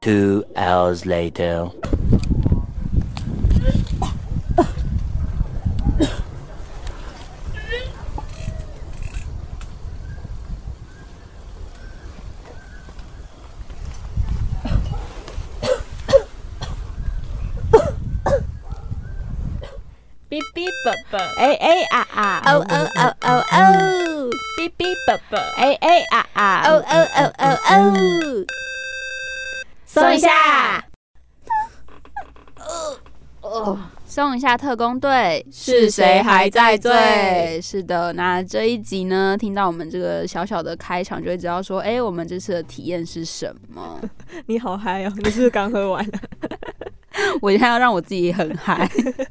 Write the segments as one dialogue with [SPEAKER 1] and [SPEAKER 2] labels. [SPEAKER 1] Two hours later.
[SPEAKER 2] 哔哔啵啵，
[SPEAKER 3] 哎哎啊啊，
[SPEAKER 4] 哦哦哦哦哦，
[SPEAKER 2] 哔哔啵啵，
[SPEAKER 3] 哎哎啊啊，
[SPEAKER 2] Oh，
[SPEAKER 4] 哦哦哦哦哦，松一下，
[SPEAKER 2] 松一下特工队，
[SPEAKER 3] 是谁还在醉？
[SPEAKER 2] 是的，那这一集呢，听到我们这个小小的开场，就会知道说，哎，我们这次的体验是什么？
[SPEAKER 3] 你好嗨哦！你是不是刚喝完？
[SPEAKER 2] 我现在要让我自己很嗨，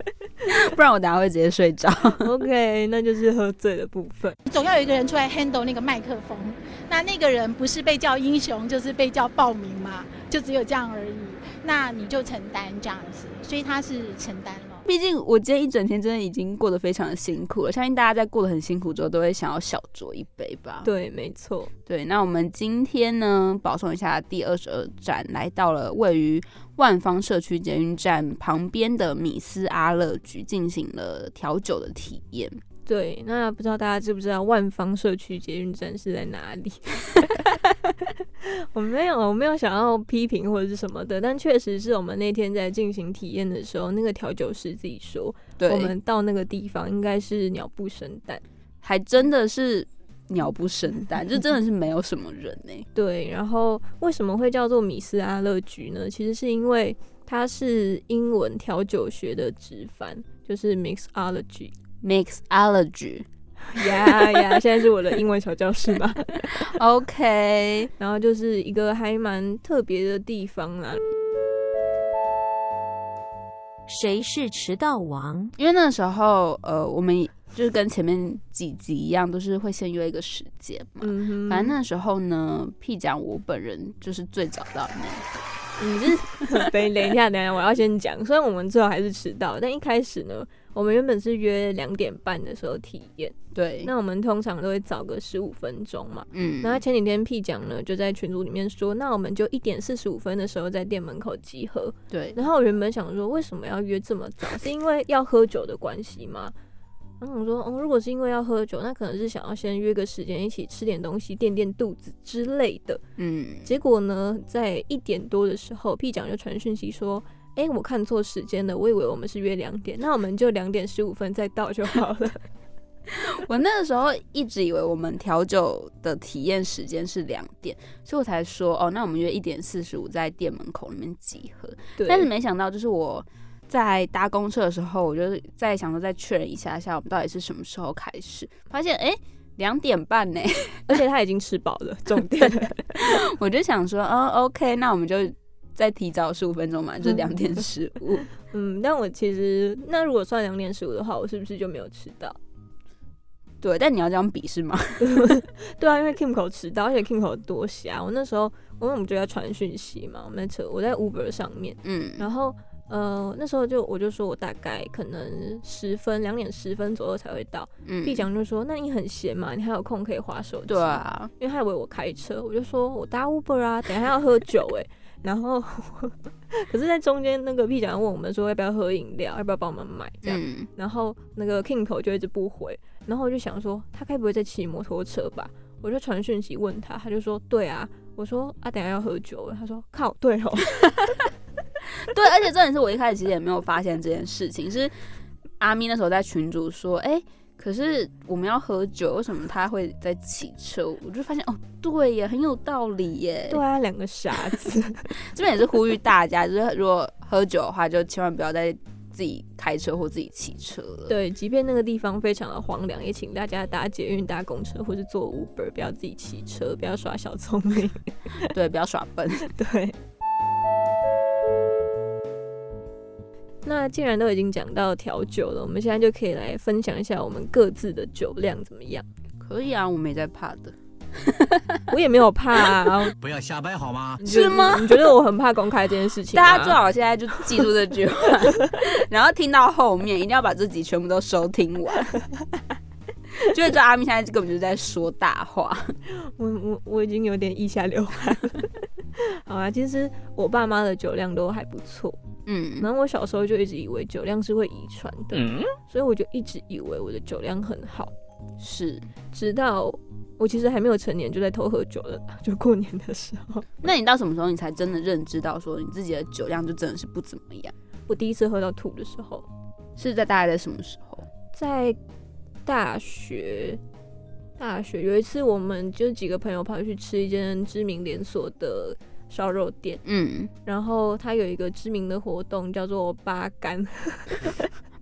[SPEAKER 2] 不然我等下会直接睡着。
[SPEAKER 3] OK，那就是喝醉的部分。
[SPEAKER 5] 总要有一个人出来 handle 那个麦克风。那那个人不是被叫英雄，就是被叫暴民嘛，就只有这样而已。那你就承担这样子，所以他是承担了。
[SPEAKER 2] 毕竟我今天一整天真的已经过得非常的辛苦了，相信大家在过得很辛苦之后，都会想要小酌一杯吧。
[SPEAKER 3] 对，没错，
[SPEAKER 2] 对，那我们今天呢，保送一下第二十二站，来到了位于万方社区捷运站旁边的米斯阿乐居，进行了调酒的体验。
[SPEAKER 3] 对。那不知道大家知不知道万方社区捷运站是在哪里？ 我没有，我没有想要批评或者是什么的，但确实是我们那天在进行体验的时候，那个调酒师自己说，
[SPEAKER 2] 对，
[SPEAKER 3] 我们到那个地方应该是鸟不生蛋。
[SPEAKER 2] 还真的是鸟不生蛋，就真的是没有什么人欸呢、
[SPEAKER 3] 对，然后为什么会叫做米斯阿乐局呢？其实是因为它是英文调酒学的直翻，就是 mixology。
[SPEAKER 2] Mixology，OK，、
[SPEAKER 3] 呀呀，现在是我的英文小教室嘛。
[SPEAKER 2] OK
[SPEAKER 3] 然后就是一个还蛮特别的地方啦。
[SPEAKER 4] 谁是迟到王？
[SPEAKER 2] 因为那时候呃，我们就是跟前面几集一样，都是会先约一个时间嘛。
[SPEAKER 3] 嗯哼，
[SPEAKER 2] 反正那时候呢，屁讲我本人就是最早到的那个
[SPEAKER 3] 你是 等等一下，等一下，我要先讲。虽然我们最后还是迟到，但一开始呢，我们原本是约两点半的时候体验，
[SPEAKER 2] 对，
[SPEAKER 3] 那我们通常都会早个十五分钟嘛。
[SPEAKER 2] 嗯，
[SPEAKER 3] 然后前几天 P 讲呢，就在群组里面说，那我们就一点四十五分的时候在店门口集合。
[SPEAKER 2] 对，
[SPEAKER 3] 然后我原本想说，为什么要约这么早？是因为要喝酒的关系吗？然后我说，哦，如果是因为要喝酒，那可能是想要先约个时间一起吃点东西，垫垫肚子之类的。
[SPEAKER 2] 嗯，
[SPEAKER 3] 结果呢，在一点多的时候，P 讲就传讯息说，哎，我看错时间了，我以为我们是约两点，那我们就两点十五分再到就好了。
[SPEAKER 2] 我那个时候一直以为我们调酒的体验时间是两点，所以我才说哦，那我们约一点四十五在店门口里面集合。
[SPEAKER 3] 对，
[SPEAKER 2] 但是没想到，就是我在搭公车的时候，我就是在想说再确认一下下我们到底是什么时候开始，发现哎两点半呢，
[SPEAKER 3] 而且他已经吃饱了，重点。
[SPEAKER 2] 我就想说嗯 OK，那我们就再提早十五分钟嘛，就是两点十五。
[SPEAKER 3] 嗯，但我其实那如果算两点十五的话，我是不是就没有迟到？
[SPEAKER 2] 对，但你要这样比是吗？
[SPEAKER 3] 对啊，因为 Kimco 迟到，而且 Kimco 多瞎。我那时候，因为我们就在传讯息嘛，我们在车，我在 Uber 上面，
[SPEAKER 2] 嗯，
[SPEAKER 3] 然后呃那时候就我就说我大概可能十分两点十分左右才会到。
[SPEAKER 2] 嗯
[SPEAKER 3] 毕、强就说：“那你很闲嘛，你还有空可以划手机？”
[SPEAKER 2] 对，啊，
[SPEAKER 3] 因为他以为我开车，我就说我搭 Uber 啊，等一下要喝酒哎、然后 可是，在中间那个毕强问我们说要不要喝饮料，要不要帮我们买这样。
[SPEAKER 2] 嗯，
[SPEAKER 3] 然后那个 King 口就一直不回，然后我就想说他该不会在骑摩托车吧？我就传讯息问他，他就说对啊。我说啊，等一下要喝酒了。他说靠，对哦，
[SPEAKER 2] 对，而且重点是我一开始其实也没有发现这件事情，是阿咪那时候在群主说，哎、可是我们要喝酒，为什么他会在骑车？我就发现哦，对耶，很有道理耶。
[SPEAKER 3] 对啊，两个傻子。
[SPEAKER 2] 这边也是呼吁大家，就是如果喝酒的话，就千万不要再自己开车或自己骑车了。，
[SPEAKER 3] 对，即便那个地方非常的荒凉，也请大家搭捷运、搭公车或是坐 Uber，不要自己骑车，不要耍小聪明。
[SPEAKER 2] 对，不要耍笨。
[SPEAKER 3] 对。 那既然都已经讲到调酒了，我们现在就可以来分享一下我们各自的酒量怎么样。
[SPEAKER 2] 可以啊，我没在怕的。
[SPEAKER 3] 我也没有怕啊，
[SPEAKER 1] 不要瞎掰好吗？
[SPEAKER 3] 你觉
[SPEAKER 2] 是
[SPEAKER 3] 得
[SPEAKER 2] 吗
[SPEAKER 3] 你觉得我很怕公开这件事情吗？
[SPEAKER 2] 大家最好现在就记住这句 话，然后听到后面一定要把这集全部都收听完， 就会知道阿咪现在根本就是在说大话。
[SPEAKER 3] 我我我已经有点腋下流汗了。 好啊，其实我爸妈的酒量都还不错，
[SPEAKER 2] 嗯，
[SPEAKER 3] 然后我小时候就一直以为酒量是会遗传的，
[SPEAKER 1] 嗯，
[SPEAKER 3] 所以我就一直以为我的酒量很好，
[SPEAKER 2] 是。
[SPEAKER 3] 直到我其实还没有成年就在偷喝酒了，就过年的时候，
[SPEAKER 2] 那你到什么时候你才真的认知到说你自己的酒量就真的是不怎么样？
[SPEAKER 3] 我第一次喝到吐的时候，
[SPEAKER 2] 是在大概在什么时候？
[SPEAKER 3] 在大学。大学有一次，我们就几个朋友跑去吃一间知名连锁的烧肉店，
[SPEAKER 2] 嗯，
[SPEAKER 3] 然后它有一个知名的活动叫做八干，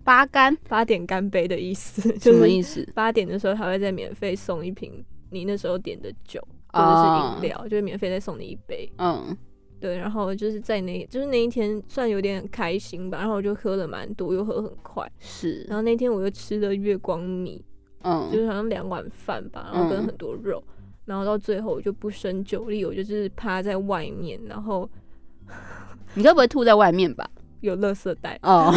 [SPEAKER 2] 八干
[SPEAKER 3] 八点干杯的意思，
[SPEAKER 2] 什
[SPEAKER 3] 就
[SPEAKER 2] 么
[SPEAKER 3] 是
[SPEAKER 2] 意思？
[SPEAKER 3] 八点的时候他会再免费送一瓶你那时候点的酒或者
[SPEAKER 2] 哦
[SPEAKER 3] 是饮料，就会免费再送你一杯。
[SPEAKER 2] 嗯，
[SPEAKER 3] 对，然后就是在那，就是那一天算有点开心吧，然后我就喝了蛮多，又喝很快，
[SPEAKER 2] 是
[SPEAKER 3] 然，后那天我又吃了月光米，就
[SPEAKER 2] 嗯，
[SPEAKER 3] 是好像两碗饭吧，然后跟
[SPEAKER 2] 嗯
[SPEAKER 3] 很多肉，然后到最后我就不胜酒力，我就是趴在外面，然后
[SPEAKER 2] 你该不会吐在外面吧？
[SPEAKER 3] 有垃圾 袋，
[SPEAKER 2] 哦，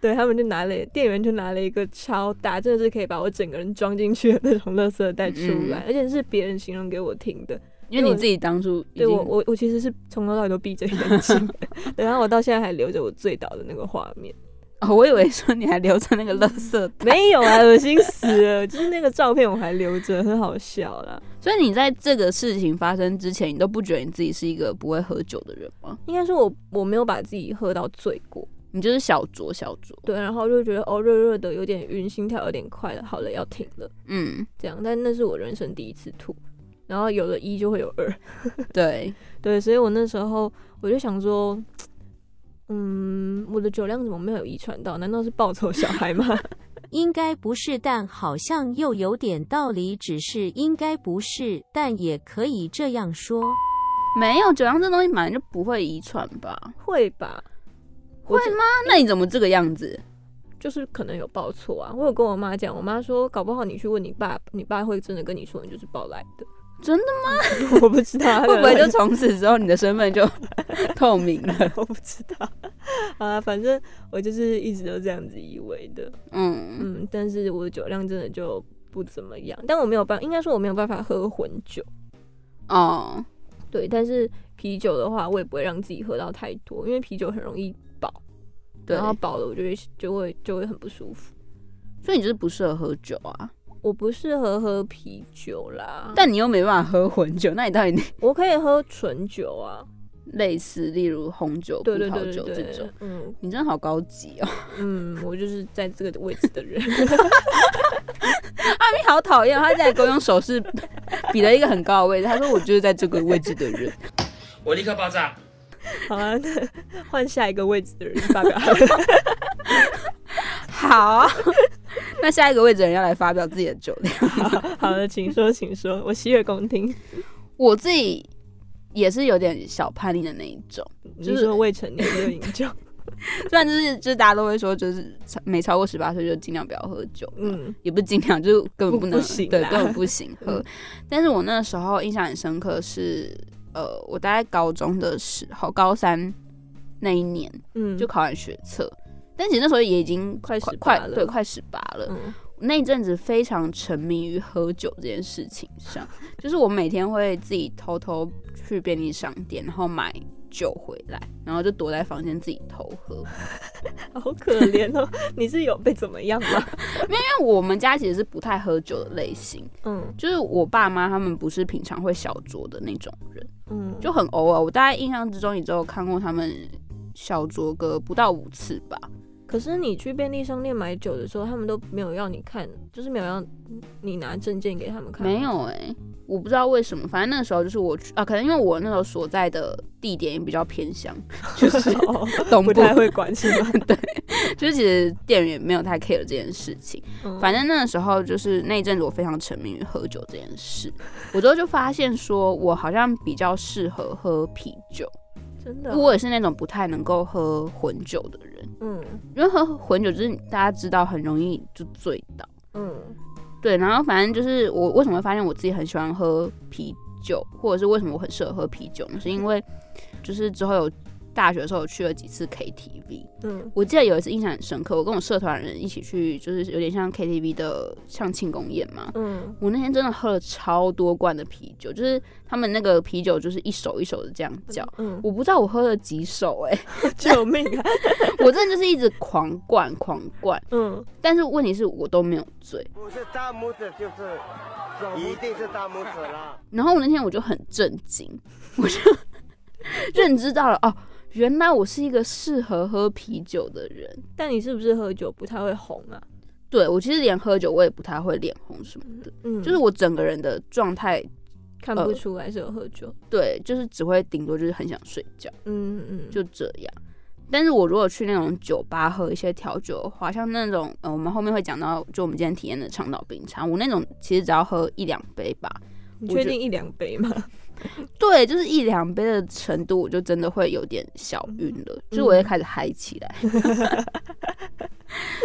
[SPEAKER 3] 对他们就拿了，店员就拿了一个超大，真的是可以把我整个人装进去的那种垃圾袋出来，
[SPEAKER 2] 嗯
[SPEAKER 3] 而且是别人形容给我听的。
[SPEAKER 2] 因为你自己当初已
[SPEAKER 3] 对
[SPEAKER 2] 经
[SPEAKER 3] 我，我我其实是从头到尾都闭着眼睛， 对然后我到现在还留着我醉倒的那个画面。
[SPEAKER 2] 哦，我以为说你还留着那个垃圾袋，
[SPEAKER 3] 没有啊，恶心死了！就是那个照片我还留着，很好笑啦。
[SPEAKER 2] 所以你在这个事情发生之前，你都不觉得你自己是一个不会喝酒的人吗？
[SPEAKER 3] 应该说我我没有把自己喝到醉过，
[SPEAKER 2] 你就是小酌小酌，
[SPEAKER 3] 对，然后就觉得哦热热的有点晕，心跳有点快了，好了要停了
[SPEAKER 2] 嗯，
[SPEAKER 3] 这样。但那是我人生第一次吐，然后有了一就会有二。
[SPEAKER 2] 对，
[SPEAKER 3] 对，所以我那时候我就想说，嗯，我的酒量怎么没有遗传到？难道是报仇小 孩吗？
[SPEAKER 4] 应该不是，但好像又有点道理，只是应该不是，但也可以这样说。
[SPEAKER 2] 没有酒量这东西本来就不会遗传吧？
[SPEAKER 3] 会吧？
[SPEAKER 2] 会
[SPEAKER 3] 我只
[SPEAKER 2] 吗？那你怎么这个样子？
[SPEAKER 3] 就是可能有报错啊。我有跟我妈讲，我妈说，搞不好你去问你爸，你爸会真的跟你说你就是报来的。
[SPEAKER 2] 真
[SPEAKER 3] 的吗？我不知道 啊，
[SPEAKER 2] 会不会就
[SPEAKER 3] 可能
[SPEAKER 2] 从此之后你的身份 就透明了？
[SPEAKER 3] 我不知道啊，反正我就是一直都这样子以为的。
[SPEAKER 2] 嗯，
[SPEAKER 3] 嗯，但是我的酒量真的就不怎么样，但我没有办，应该说我没有办法喝混酒。
[SPEAKER 2] 哦，
[SPEAKER 3] 对，但是啤酒的话，我也不会让自己喝到太多，因为啤酒很容易饱，
[SPEAKER 2] 对
[SPEAKER 3] 然，后饱了我就会就会就会很不舒服。
[SPEAKER 2] 所以你就是不适合喝酒啊，
[SPEAKER 3] 我不适合喝啤酒啦，
[SPEAKER 2] 但你又没办法喝混酒，那你到底
[SPEAKER 3] 我可以喝纯酒啊，
[SPEAKER 2] 类似例如红酒、哦葡
[SPEAKER 3] 对对对
[SPEAKER 2] 萄酒
[SPEAKER 3] 对
[SPEAKER 2] 这
[SPEAKER 3] 对
[SPEAKER 2] 种，，
[SPEAKER 3] 嗯
[SPEAKER 2] 你真的好高级哦！
[SPEAKER 3] 嗯，我就是在这个位置的人，
[SPEAKER 2] 阿咪好讨厌，他现在给我用手势 比了一个很高的位置，他说我就是在这个位置的人。
[SPEAKER 6] 我立刻爆炸。
[SPEAKER 3] 好啊，那换下一个位置的人，爸爸，
[SPEAKER 2] 好， 那下一个位置的人要来发表自己的酒量。
[SPEAKER 3] 好的，请说，请说，我洗耳恭听。
[SPEAKER 2] 我自己也是有点小叛逆的那一种，
[SPEAKER 3] 你说未成年就饮酒，
[SPEAKER 2] 虽然就是就是大家都会说，就是超没超过十八岁就尽量不要喝酒， 嗯，
[SPEAKER 3] 嗯
[SPEAKER 2] 也不是尽量，就是根本
[SPEAKER 3] 不
[SPEAKER 2] 不能
[SPEAKER 3] 不行
[SPEAKER 2] 对，
[SPEAKER 3] 啦
[SPEAKER 2] 根本不 行喝。
[SPEAKER 3] 嗯
[SPEAKER 2] 但是我那时候印象很深刻是，呃，我大概高中的时候，高三那一年
[SPEAKER 3] 嗯，
[SPEAKER 2] 就考完学测。但其实那时候也已经
[SPEAKER 3] 快
[SPEAKER 2] 快
[SPEAKER 3] 18
[SPEAKER 2] 快
[SPEAKER 3] 了
[SPEAKER 2] 对快十八了，
[SPEAKER 3] 嗯
[SPEAKER 2] 那一阵子非常沉迷于喝酒这件事情上，就是我每天会自己偷偷去便利商店，然后买酒回来，然后就躲在房间自己偷喝。因
[SPEAKER 3] 好可怜哦，你是有被怎么样吗？
[SPEAKER 2] 为我们家其实是不太喝酒的类型，
[SPEAKER 3] 嗯
[SPEAKER 2] 就是我爸妈他们不是平常会小酌的那种人，
[SPEAKER 3] 嗯，
[SPEAKER 2] 就很偶尔。我大概印象之中，也只有看过他们小酌个不到五次吧。
[SPEAKER 3] 可是你去便利商店买酒的时候，他们都没有要你看，就是没有要你拿证件给他们看。
[SPEAKER 2] 没，有哎、
[SPEAKER 3] 欸
[SPEAKER 2] 我不知道为什么，反正那个时候就是我去啊，可能因为我那时候所在的地点也比较偏 乡，就是
[SPEAKER 3] 哦、
[SPEAKER 2] 东
[SPEAKER 3] 不
[SPEAKER 2] 部，
[SPEAKER 3] 太会管是 吗？
[SPEAKER 2] 就是其实店员也没有太 care 这件事情。
[SPEAKER 3] 嗯
[SPEAKER 2] 反正那个时候就是那一阵子，我非常沉迷于喝酒这件事。我之后就发现说，我好像比较适合喝啤酒，
[SPEAKER 3] 真的
[SPEAKER 2] 因
[SPEAKER 3] 啊、
[SPEAKER 2] 为我也是那种不太能够喝混酒的人，
[SPEAKER 3] 嗯
[SPEAKER 2] 因为喝混酒就是大家知道很容易就醉倒。
[SPEAKER 3] 嗯，
[SPEAKER 2] 对，然后反正就是我为什么会发现我自己很喜欢喝啤酒，或者是为什么我很适合喝啤酒呢？是因为就是之后有大学的时候有去了几次 KTV，
[SPEAKER 3] 嗯
[SPEAKER 2] 我记得有一次印象很深刻，我跟我社团人一起去，就是有点像 KTV 的像庆功宴嘛。
[SPEAKER 3] 嗯，
[SPEAKER 2] 我那天真的喝了超多罐的啤酒，就是他们那个啤酒就是一手一手的这样叫，
[SPEAKER 3] 嗯，
[SPEAKER 2] 我不知道我喝了几手哎、
[SPEAKER 3] 救命啊！
[SPEAKER 2] 我真的就是一直狂灌狂灌，
[SPEAKER 3] 嗯，
[SPEAKER 2] 但是问题是我都没有醉。
[SPEAKER 1] 不是大拇指就是，一定是大拇指了。
[SPEAKER 2] 然后我那天我就很震惊，我就 认知到了哦，原来我是一个适合喝啤酒的人。
[SPEAKER 3] 但你是不是喝酒不太会红啊？
[SPEAKER 2] 对我其实连喝酒我也不太会脸红什么的，
[SPEAKER 3] 嗯，
[SPEAKER 2] 就是我整个人的状态，
[SPEAKER 3] 看不出来是有喝酒。
[SPEAKER 2] 对，就是只会顶多就是很想睡觉，
[SPEAKER 3] 嗯嗯，
[SPEAKER 2] 就这样。但是我如果去那种酒吧喝一些调酒的话，像那种呃，我们后面会讲到，就我们今天体验的长岛冰茶，我那种其实只要喝一两杯吧，
[SPEAKER 3] 嗯你
[SPEAKER 2] 我
[SPEAKER 3] 确
[SPEAKER 2] 觉
[SPEAKER 3] 定一两杯吗？
[SPEAKER 2] 对，就是一两杯的程度，我就真的会有点小晕了，就是我会开始嗨起来，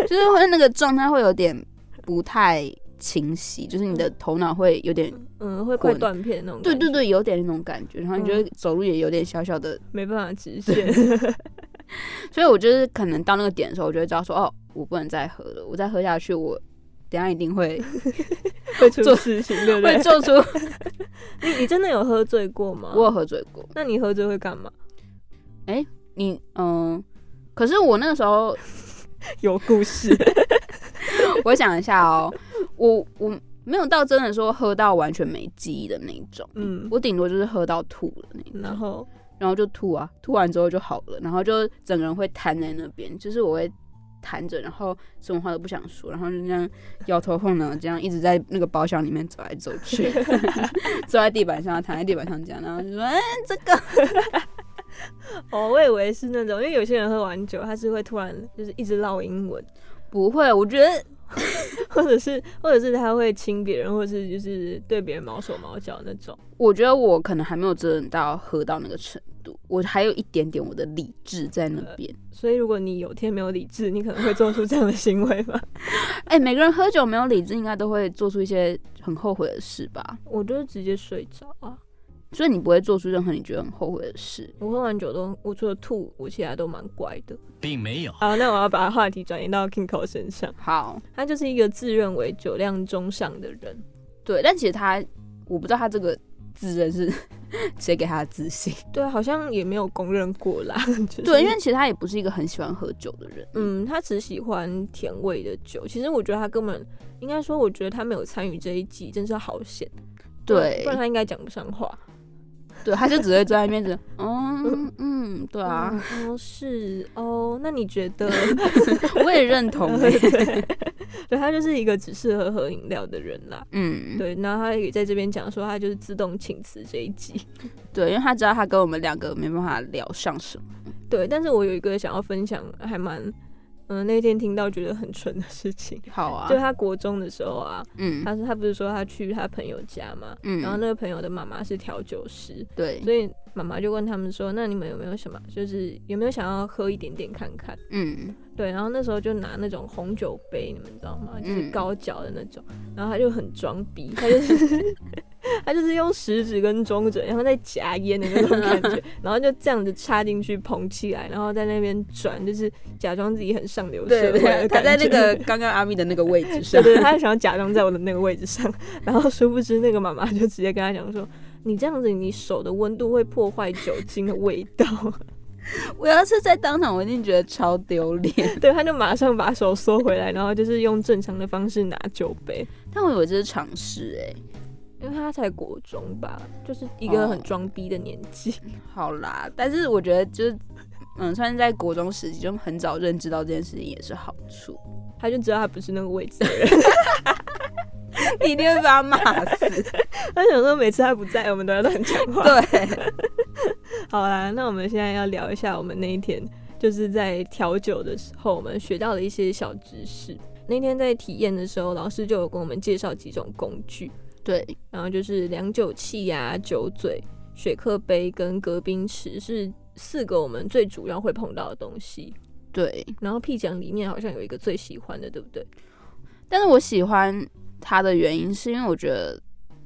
[SPEAKER 2] 就是会那个状态会有点不太清晰，就是你的头脑会有点，
[SPEAKER 3] 嗯，会快
[SPEAKER 2] 滚
[SPEAKER 3] 断片那种。
[SPEAKER 2] 对对，对，有点那种感觉，然后你就会走路也有点小小的，
[SPEAKER 3] 没办法直线。
[SPEAKER 2] 所以我就是可能到那个点的时候，我就会知道说，哦，我不能再喝了，我再喝下去，我等一下一定会
[SPEAKER 3] 会出
[SPEAKER 2] 做
[SPEAKER 3] 事情，对 不
[SPEAKER 2] 会
[SPEAKER 3] 对？
[SPEAKER 2] 做出，
[SPEAKER 3] 你你真的有喝醉过吗？
[SPEAKER 2] 我有喝醉过，
[SPEAKER 3] 那你喝醉会干嘛？
[SPEAKER 2] 你嗯。可是我那个时候
[SPEAKER 3] 有故事。
[SPEAKER 2] 我想一下哦，我我没有到真的说喝到完全没记忆的那一种，
[SPEAKER 3] 嗯，
[SPEAKER 2] 我顶多就是喝到吐了那一种，
[SPEAKER 3] 然后
[SPEAKER 2] 然后就吐啊，吐完之后就好了，然后就整个人会瘫在那边，就是我会瘫着，然后什么话都不想说，然后就这样摇头晃脑，这样一直在那个包厢里面走来走去， 坐在地板上，躺在地板上这样，然后就说，哎、这个
[SPEAKER 3] 哦，我以为是那种，因为有些人喝完酒，他是会突然就是一直唠英文，
[SPEAKER 2] 不会，我觉得
[SPEAKER 3] 或者是或者是他会亲别人，或者是就是对别人毛手毛脚那种。
[SPEAKER 2] 我觉得我可能还没有真的到喝到那个程度，我还有一点点我的理智在那边。
[SPEAKER 3] 所以如果你有天没有理智，你可能会做出这样的行为吧？
[SPEAKER 2] 哎、每个人喝酒没有理智，应该都会做出一些很后悔的事吧？
[SPEAKER 3] 我就直接睡着啊！
[SPEAKER 2] 所以你不会做出任何你觉得很后悔的事。
[SPEAKER 3] 我喝完酒都，我除了吐，我其他都蛮乖的。
[SPEAKER 6] 并没有。
[SPEAKER 3] 好，那我要把话题转移到 Kingo 身上，
[SPEAKER 2] 好，
[SPEAKER 3] 他就是一个自认为酒量中上的人。
[SPEAKER 2] 对，但其实他，我不知道他这个自认是谁给他的自信。
[SPEAKER 3] 对，好像也没有公认过啦。 就是
[SPEAKER 2] 对， 因为其实他也不是一个很喜欢喝酒的人。嗯，
[SPEAKER 3] 嗯，他只喜欢甜味的酒。其实我觉得他根本应该说，我觉得他没有参与这一季，真是好险。
[SPEAKER 2] 对
[SPEAKER 3] 不，然他应该讲不上话。
[SPEAKER 2] 对，他就只会坐在那边子，嗯 嗯，对啊，
[SPEAKER 3] 嗯哦，是哦。那你觉得？
[SPEAKER 2] 我也认同、 欸。
[SPEAKER 3] 对他就是一个只适合喝饮料的人啦。
[SPEAKER 2] 嗯，
[SPEAKER 3] 对，然后他也在这边讲说，他就是自动请辞这一季。
[SPEAKER 2] 对，因为他知道他跟我们两个没办法聊上什么。
[SPEAKER 3] 对，但是我有一个想要分享，还蛮嗯、那天听到觉得很蠢的事情，
[SPEAKER 2] 好啊
[SPEAKER 3] 就，他国中的时候啊，
[SPEAKER 2] 嗯
[SPEAKER 3] 他是他不是说他去他朋友家嘛，然后
[SPEAKER 2] 嗯，
[SPEAKER 3] 那个朋友的妈妈是调酒师，
[SPEAKER 2] 对，
[SPEAKER 3] 所以妈妈就问他们说，那你们有没有什么，就是有没有想要喝一点点看看？
[SPEAKER 2] 嗯
[SPEAKER 3] 对，然后那时候就拿那种红酒杯，你们知道吗？就是
[SPEAKER 2] 嗯
[SPEAKER 3] 高脚的那种，然后他就很装逼，他就是 他就是用食指跟中指，然后在夹烟的那种感 觉，然后就这样子插进去捧起来，然后在那边转，就是假装自己很上流社会的
[SPEAKER 2] 他
[SPEAKER 3] 感
[SPEAKER 2] 在那
[SPEAKER 3] 觉
[SPEAKER 2] 个刚刚阿咪的那个位置上
[SPEAKER 3] 对，对，他想要假装在我的那个位置上，然后殊不知那个妈妈就直接跟他讲说：“你这样子，你手的温度会破坏酒精的味道。
[SPEAKER 2] 我要是在当场，我一定觉得超丢脸。”
[SPEAKER 3] 对，他就马上把手缩回来，然后就是用正常的方式拿酒杯，
[SPEAKER 2] 但我以为这是常识哎。
[SPEAKER 3] 因为他才国中吧，就是一个很
[SPEAKER 2] 哦
[SPEAKER 3] 装逼的年纪。
[SPEAKER 2] 好啦，但是我觉得就是，嗯，算是在国中时期就很早认知到这件事情也是好 处。
[SPEAKER 3] 他就知道他不是那个位置的人，
[SPEAKER 2] 你一定会把他骂死。
[SPEAKER 3] 他想说每次他不在，我们都要乱讲话。
[SPEAKER 2] 对，
[SPEAKER 3] 好啦，那我们现在要聊一下我们那一天就是在调酒的时候，我们学到了一些小知识。那天在体验的时候，老师就有跟我们介绍几种工具，
[SPEAKER 2] 对，
[SPEAKER 3] 然后就是量酒器呀、酒嘴、雪克杯跟隔冰池是四个我们最主要会碰到的东西。
[SPEAKER 2] 对。
[SPEAKER 3] 然后屁奖里面好像有一个最喜欢的，对不对？
[SPEAKER 2] 但是我喜欢他的原因，是因为我觉得，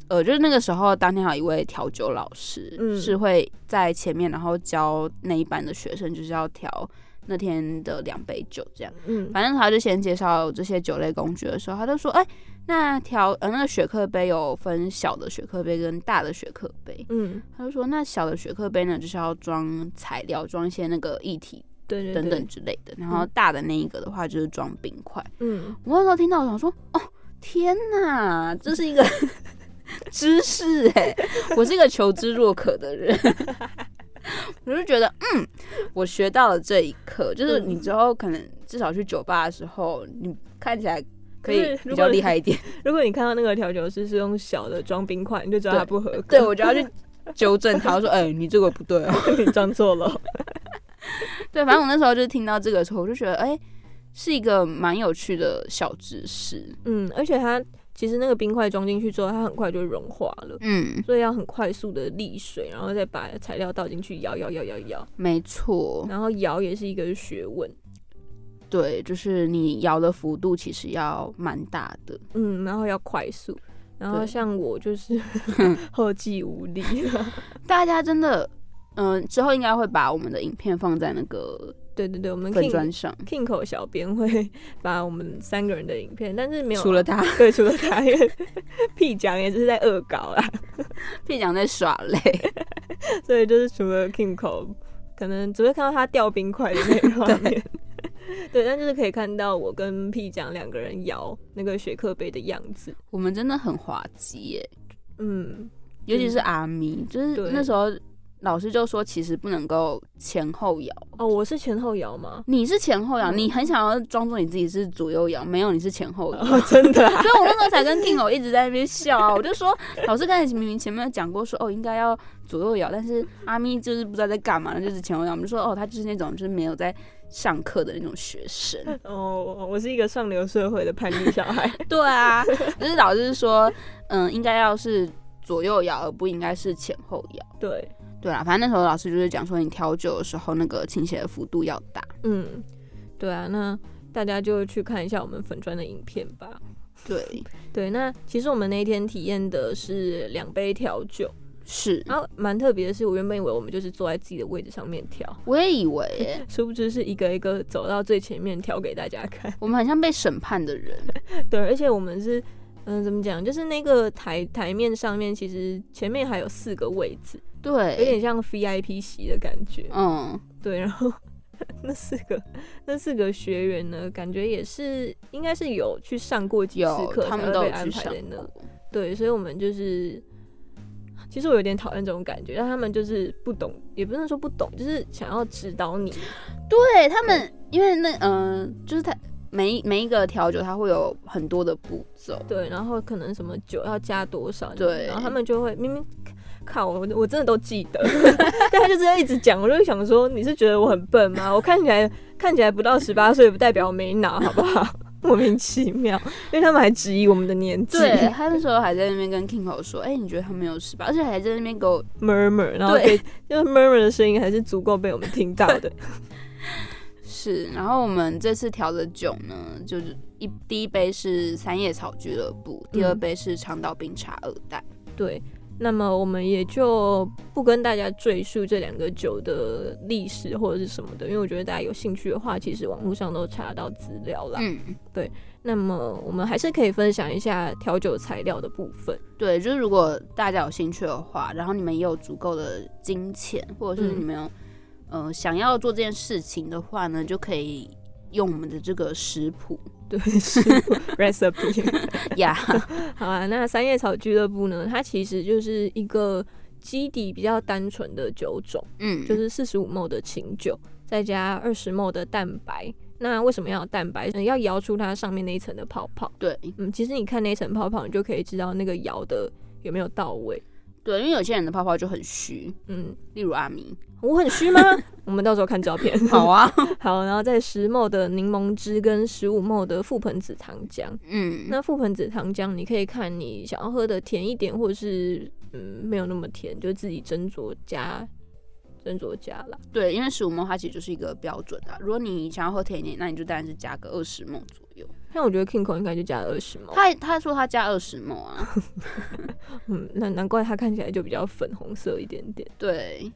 [SPEAKER 2] 呃，就是那个时候当天还有一位调酒老师、
[SPEAKER 3] 嗯
[SPEAKER 2] 是会在前面，然后教那一班的学生就是要调那天的两杯酒这样。
[SPEAKER 3] 嗯
[SPEAKER 2] 反正他就先介绍这些酒类工具的时候，他就说：“哎、那调呃那个雪克杯有分小的雪克杯跟大的雪克杯。
[SPEAKER 3] 嗯，”
[SPEAKER 2] 他就说：“那小的雪克杯呢，就是要装材料，装一些那个液体
[SPEAKER 3] 对对对，
[SPEAKER 2] 等等，之类的。然后大的那一个的话，就是装冰块。
[SPEAKER 3] 嗯，
[SPEAKER 2] 我那时候听到，我想说，哦，天哪，这是一 个知识哎、我是一个求知若渴的人， 我就觉得，嗯，我学到了这一课，就是你之后可能至少去酒吧的时候，你看起来可
[SPEAKER 3] 可
[SPEAKER 2] 以
[SPEAKER 3] 是
[SPEAKER 2] 比
[SPEAKER 3] 如果
[SPEAKER 2] 较
[SPEAKER 3] 你
[SPEAKER 2] 厉害 一点。
[SPEAKER 3] 如果你看到那个调酒师是用小的装冰块，你就知道
[SPEAKER 2] 对
[SPEAKER 3] 他不合格，
[SPEAKER 2] 对，我就要去纠正他，我说，哎、你这个不对哦。
[SPEAKER 3] 你装错了，
[SPEAKER 2] 对，反正我那时候就听到这个的时候，我就觉得，哎、是一个蛮有趣的小知识。
[SPEAKER 3] 嗯，而且它其实那个冰块装进去之后，它很快就融化了。
[SPEAKER 2] 嗯，
[SPEAKER 3] 所以要很快速的沥水，然后再把材料倒进去摇摇摇摇摇，
[SPEAKER 2] 没错。
[SPEAKER 3] 然后摇也是一个学问，
[SPEAKER 2] 对，就是你摇的幅度其实要蛮大的。
[SPEAKER 3] 嗯，然后要快速，然后
[SPEAKER 2] 对
[SPEAKER 3] 像我就是 后继无 力，
[SPEAKER 2] 大家真的，嗯、之后应该会把我们的影片放在那个
[SPEAKER 3] 对对对，我们
[SPEAKER 2] 粉砖
[SPEAKER 3] King
[SPEAKER 2] 上，
[SPEAKER 3] Kingo 小编会 把我们三个人的影片，但是没有啊
[SPEAKER 2] 除了 他，
[SPEAKER 3] 对，除了他，因为屁讲也就是在恶搞啊啦，
[SPEAKER 2] 别讲在耍累。
[SPEAKER 3] 所以就是除了 Kingo，可能只会看到他掉冰块的那个画面。 对，但就是可以看到我跟屁讲两个人摇那个雪克杯的样子。
[SPEAKER 2] 我们真的很滑稽耶，
[SPEAKER 3] 嗯，
[SPEAKER 2] 尤其是阿咪，就是
[SPEAKER 3] 对
[SPEAKER 2] 那时候老师就说，其实不能够前后摇。
[SPEAKER 3] 哦，我是前后摇吗？
[SPEAKER 2] 你是前后
[SPEAKER 3] 嗯
[SPEAKER 2] 摇，你很想要装作你自己是左右摇，没有，你是前后 摇。
[SPEAKER 3] 哦，真的、啊，
[SPEAKER 2] 所以我那时候才跟 King 我一直在那边笑啊，我就说老师刚才明明前面有讲过说哦应该要左右摇，但是阿咪就是不知道在干嘛，就是前后摇。我们就说哦他就是那种就是没有在上课的那种学生。
[SPEAKER 3] 哦，我是一个上流社会的叛逆小孩。
[SPEAKER 2] 对啊，就是老师说嗯应该要是左右摇，而不应该是前后摇。
[SPEAKER 3] 对，
[SPEAKER 2] 对啊，反正那时候老师就是讲说你调酒的时候那个倾斜的幅度要大。
[SPEAKER 3] 嗯，对啊，那大家就去看一下我们粉砖的影片吧。
[SPEAKER 2] 对，
[SPEAKER 3] 对，那其实我们那一天体验的是两杯调酒，
[SPEAKER 2] 是，
[SPEAKER 3] 然后蛮特别的是，我原本以为我们就是坐在自己的位置上面调，
[SPEAKER 2] 我也以为耶
[SPEAKER 3] 殊不知是一个一个走到最前面调给大家看。
[SPEAKER 2] 我们很像被审判的人。
[SPEAKER 3] 对，而且我们是，嗯、怎么讲，就是那个台台面上面，其实前面还有四个位置， 有
[SPEAKER 2] 对，
[SPEAKER 3] 点像 VIP 席的感觉。
[SPEAKER 2] 嗯。
[SPEAKER 3] 对，然后 那四个那四个学员呢，感觉也是应该是有去上过几次
[SPEAKER 2] 有
[SPEAKER 3] 课，，
[SPEAKER 2] 他们都有
[SPEAKER 3] 安
[SPEAKER 2] 去
[SPEAKER 3] 排
[SPEAKER 2] 上
[SPEAKER 3] 在那。
[SPEAKER 2] 过。
[SPEAKER 3] 对，所以我们就是，其实我有点讨厌这种感觉，但他们就是不懂，也不能说不懂，就是想要指导你。
[SPEAKER 2] 对他们，因为那嗯、就是他每一每一个调酒，它会有很多的步骤。
[SPEAKER 3] 对，然后可能什么酒要加多少，
[SPEAKER 2] 对
[SPEAKER 3] 然后他们就会明明。靠，我我真的都记 得，但他就这样一直讲，我就想说，你是觉得我很笨吗？我看起来看起来不到十八岁，不代表我没脑，好不好？ 莫名其妙，因为他们还质疑我们的年纪
[SPEAKER 2] 对他那时候还在那边跟 Kingo 说：“哎、你觉得他没有十八？”而且还在那边给我，
[SPEAKER 3] ，murmur，然后
[SPEAKER 2] 对
[SPEAKER 3] 被就是 murmur 的声音还是足够被我们听到的。
[SPEAKER 2] 是。然后我们这次调的酒呢，就是一第一杯是三叶草俱乐部，第二
[SPEAKER 3] 嗯
[SPEAKER 2] 杯是长岛冰茶二代。
[SPEAKER 3] 对，那么我们也就不跟大家赘述这两个酒的历史或者是什么的，因为我觉得大家有兴趣的话，其实网络上都查得到资料啦。
[SPEAKER 2] 嗯，
[SPEAKER 3] 那么我们还是可以分享一下调酒材料的部分。
[SPEAKER 2] 对，就是如果大家有兴趣的话，然后你们也有足够的金钱，或者是
[SPEAKER 3] 嗯
[SPEAKER 2] 你们有、呃想要做这件事情的话呢，就可以用我们的这个食谱
[SPEAKER 3] 对，是 recipe。
[SPEAKER 2] 呀。
[SPEAKER 3] 好啊，那三叶草俱乐部呢，它其实就是一个基底比较单纯的酒种，
[SPEAKER 2] 嗯，
[SPEAKER 3] 就是四十五 ml 的清酒，再加二十 ml 的蛋白。那为什么要有蛋白？嗯要摇出它上面那一层的泡泡。
[SPEAKER 2] 对
[SPEAKER 3] 嗯，其实你看那一层泡泡，你就可以知道那个摇的有没有到位。
[SPEAKER 2] 对，因为有些人的泡泡就很虚，
[SPEAKER 3] 嗯，
[SPEAKER 2] 例如阿明。
[SPEAKER 3] 我很虚吗？我们到时候看照片。
[SPEAKER 2] 好啊，
[SPEAKER 3] 好，然后再十 ml 的柠檬汁跟十五 ml 的覆盆子糖浆。
[SPEAKER 2] 嗯，
[SPEAKER 3] 那覆盆子糖浆，你可以看你想要喝的甜一点，或者是嗯没有那么甜，就自己斟酌加斟酌加啦。
[SPEAKER 2] 对，因为十五梦它其实就是一个标准啊。如果你想要喝甜一点，那你就当然是加个二十梦左右。
[SPEAKER 3] 像我觉得 King Kong 应该就加了二十毛，
[SPEAKER 2] 他他说他加二十梦啊，
[SPEAKER 3] 嗯，那难怪它看起来就比较粉红色一点点。
[SPEAKER 2] 对，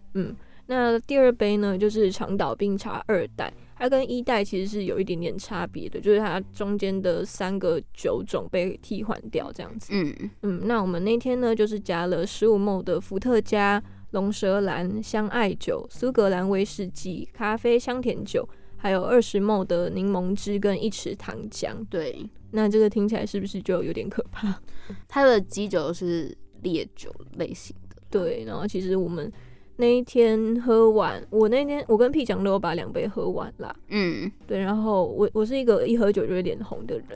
[SPEAKER 3] 那第二杯呢，就是长岛冰茶二代，它跟一代其实是有一点点差别的，就是它中间的三个酒种被替换掉这样子。
[SPEAKER 2] 嗯，
[SPEAKER 3] 嗯，那我们那天呢，就是加了十五 m 的伏特加、龙舌兰香艾酒、苏格兰威士忌、咖啡香甜酒，还有二十 m 的柠檬汁跟一匙糖浆。
[SPEAKER 2] 对，
[SPEAKER 3] 那这个听起来是不是就有点可怕？
[SPEAKER 2] 它的基酒是烈酒类型的，
[SPEAKER 3] 对，然后其实我们那一天喝完，我那天我跟屁讲都有把两杯喝完啦。
[SPEAKER 2] 嗯，
[SPEAKER 3] 对，然后我我是一个一喝酒就会脸红的人，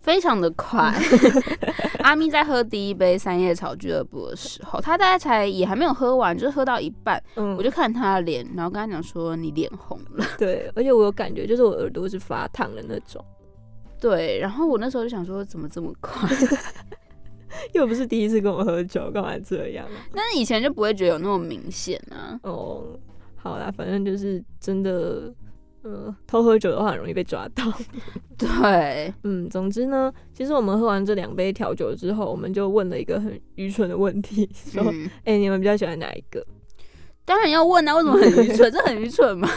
[SPEAKER 2] 非常的快。阿咪在喝第一杯三叶草俱乐部的时候，他大概才也还没有喝完，就是喝到一半，
[SPEAKER 3] 嗯，
[SPEAKER 2] 我就看他的脸，然后跟他讲说你脸红了。
[SPEAKER 3] 对，而且我有感觉，就是我耳朵是发烫的那种，
[SPEAKER 2] 对，然后我那时候就想说怎么这么快，
[SPEAKER 3] 又不是第一次跟我喝酒，干嘛这样啊？
[SPEAKER 2] 但是以前就不会觉得有那么明显啊。
[SPEAKER 3] 哦，好啦，反正就是真的，呃，偷喝酒的话很容易被抓到。
[SPEAKER 2] 对，
[SPEAKER 3] 嗯，总之呢，其实我们喝完这两杯调酒之后，我们就问了一个很愚蠢的问题，说，哎、
[SPEAKER 2] 嗯，
[SPEAKER 3] 你们比较喜欢哪一个？
[SPEAKER 2] 当然要问啊，为什么很愚蠢？这很愚蠢嘛？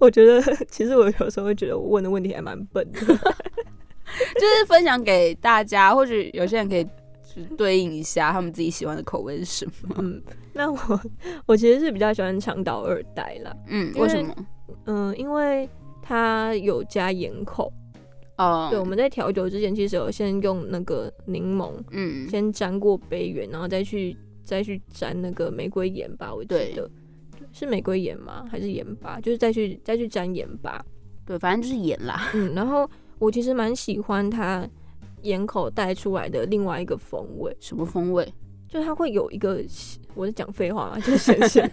[SPEAKER 3] 我觉得其实我有时候会觉得我问的问题还蛮笨的。
[SPEAKER 2] 就是分享给大家，或许有些人可以就是对应一下他们自己喜欢的口味是什么。
[SPEAKER 3] 嗯，那我我其实是比较喜欢长岛二代啦。
[SPEAKER 2] 嗯，
[SPEAKER 3] 因为
[SPEAKER 2] 为什么？
[SPEAKER 3] 嗯，因为它有加盐口。
[SPEAKER 2] 哦，
[SPEAKER 3] 对，我们在调酒之前，其实有先用那个柠檬
[SPEAKER 2] 嗯，
[SPEAKER 3] 先沾过杯缘，然后再去再去沾那个玫瑰盐巴，我记
[SPEAKER 2] 对
[SPEAKER 3] 得是玫瑰盐吗？还是盐巴？就是再去再去沾盐巴。
[SPEAKER 2] 对，反正就是盐啦。
[SPEAKER 3] 嗯，然后我其实蛮喜欢它盐口带出来的另外一个风味，
[SPEAKER 2] 什么风味？
[SPEAKER 3] 就它会有一个，我在讲废话嘛，就是 咸咸。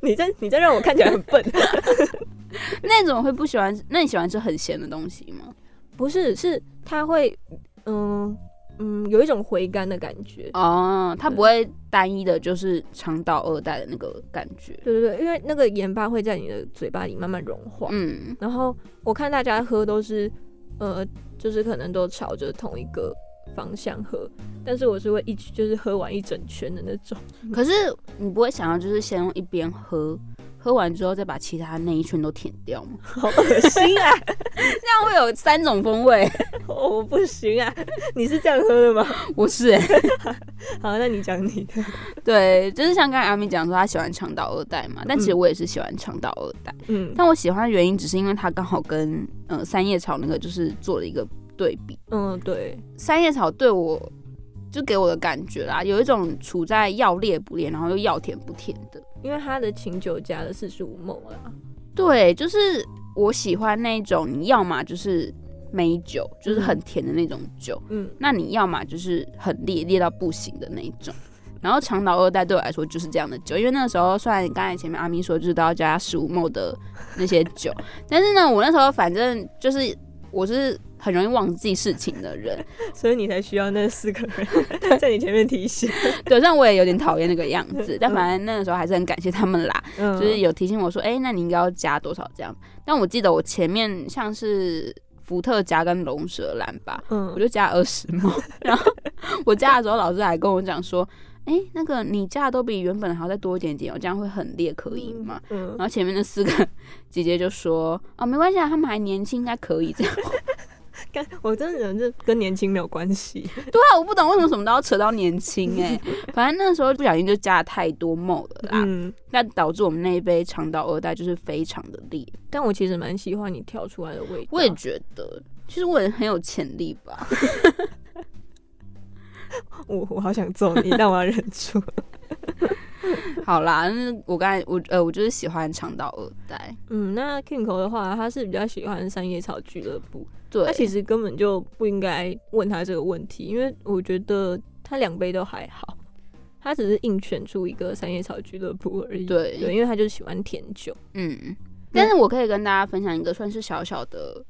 [SPEAKER 3] 你在你在让我看起来很笨，
[SPEAKER 2] 那种会不喜欢？那你喜欢吃很咸的东西吗？
[SPEAKER 3] 不是，是它会，嗯嗯，有一种回甘的感觉。
[SPEAKER 2] 哦，它不会单一的，就是肠道二代的那个感觉。
[SPEAKER 3] 对对对，因为那个盐巴会在你的嘴巴里慢慢融化。
[SPEAKER 2] 嗯，
[SPEAKER 3] 然后我看大家喝都是，呃，就是可能都朝着同一个方向喝，但是我是会一起就是喝完一整圈的那种。
[SPEAKER 2] 可是你不会想要就是先用一边喝，喝完之后再把其他那一圈都舔掉吗？
[SPEAKER 3] 好恶心啊！
[SPEAKER 2] 这样会有三种风味。
[SPEAKER 3] 哦我不行啊！ 你是这样喝的吗？
[SPEAKER 2] 我是、欸。
[SPEAKER 3] 好，那你讲你的。
[SPEAKER 2] 对，就是像刚才阿米讲说，他喜欢长岛二代嘛，但其实我也是喜欢长岛二代，
[SPEAKER 3] 嗯
[SPEAKER 2] 但我喜欢的原因只是因为它刚好跟呃三叶草那个就是做了一个对比。
[SPEAKER 3] 嗯，对，
[SPEAKER 2] 三叶草对我就给我的感觉啦，有一种处在要烈不烈，然后又要甜不甜的。
[SPEAKER 3] 因为它的琴酒加了四十五梦啦。
[SPEAKER 2] 对，就是我喜欢那种，你要么就是美酒，就是很甜的那种酒，
[SPEAKER 3] 嗯，
[SPEAKER 2] 那你要么就是很烈烈到不行的那一种。然后长岛二代对我来说就是这样的酒，因为那个时候虽然刚才前面阿咪说就是都要加十五 m 的那些酒， 但是呢，我那时候反正就是我是很容易忘记事情的人，
[SPEAKER 3] 所以你才需要那四个 人 在你前面提醒。
[SPEAKER 2] 对，虽然我也有点讨厌那个样子，但反正那个时候还是很感谢他们啦，
[SPEAKER 3] 嗯
[SPEAKER 2] 就是有提醒我说，哎、那你应该要加多少这样。但我记得我前面像是伏特加跟龙舌兰吧，
[SPEAKER 3] 嗯
[SPEAKER 2] 我就加二十毛。 然后我加的时候，老师还跟我讲说：“哎、那个你加的都比原本的还要再多一点点哦，这样会很烈，可以吗？”？
[SPEAKER 3] 嗯
[SPEAKER 2] 然，后前面那四个姐姐就说：“哦，没关系啊，他们还年轻，应该可以这样。”
[SPEAKER 3] 干，我真的人是跟年轻没有关系。
[SPEAKER 2] 对啊，我不懂为什么什么都要扯到年轻哎、反正那时候不小心就加了太多梦了啦，
[SPEAKER 3] 嗯，
[SPEAKER 2] 那、导致我们那一杯长岛二代就是非常的烈。
[SPEAKER 3] 但我其实蛮喜欢你调出来的味道。
[SPEAKER 2] 我也觉得，其实我也很有潜力吧。
[SPEAKER 3] 我我好想揍 你，但我要忍住。
[SPEAKER 2] 好啦，那我刚才我呃，我就是喜欢长岛二代。
[SPEAKER 3] 嗯，那 Kingo 的话，他是比较喜欢三叶草俱乐部，
[SPEAKER 2] 对，
[SPEAKER 3] 他其实根本就不应该问他这个问题，因为我觉得他两杯都还好，他只是硬选出一个三叶草俱乐部而已。
[SPEAKER 2] 对
[SPEAKER 3] 对，因为他就喜欢甜酒。
[SPEAKER 2] 嗯，但是我可以跟大家分享一个算是小小的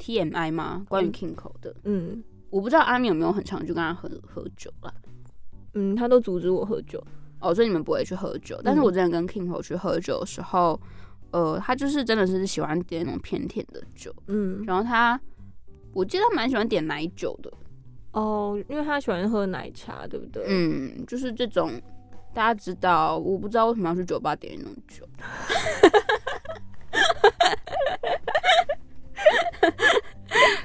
[SPEAKER 2] TMI 吗？关于
[SPEAKER 3] 嗯
[SPEAKER 2] Kingo 的，
[SPEAKER 3] 嗯
[SPEAKER 2] 我不知道阿米有没有很常去跟他喝喝酒啦。
[SPEAKER 3] 嗯，他都阻止我喝酒，
[SPEAKER 2] 哦，所以你们不会去喝酒。但是我之前跟 King 去喝酒的时候，呃，他就是真的是喜欢点那种偏甜的酒，
[SPEAKER 3] 嗯，
[SPEAKER 2] 然后他我记得他蛮喜欢点奶酒的，
[SPEAKER 3] 哦，因为他喜欢喝奶茶，对不对？
[SPEAKER 2] 嗯，就是这种大家知道，我不知道为什么要去酒吧点那种酒。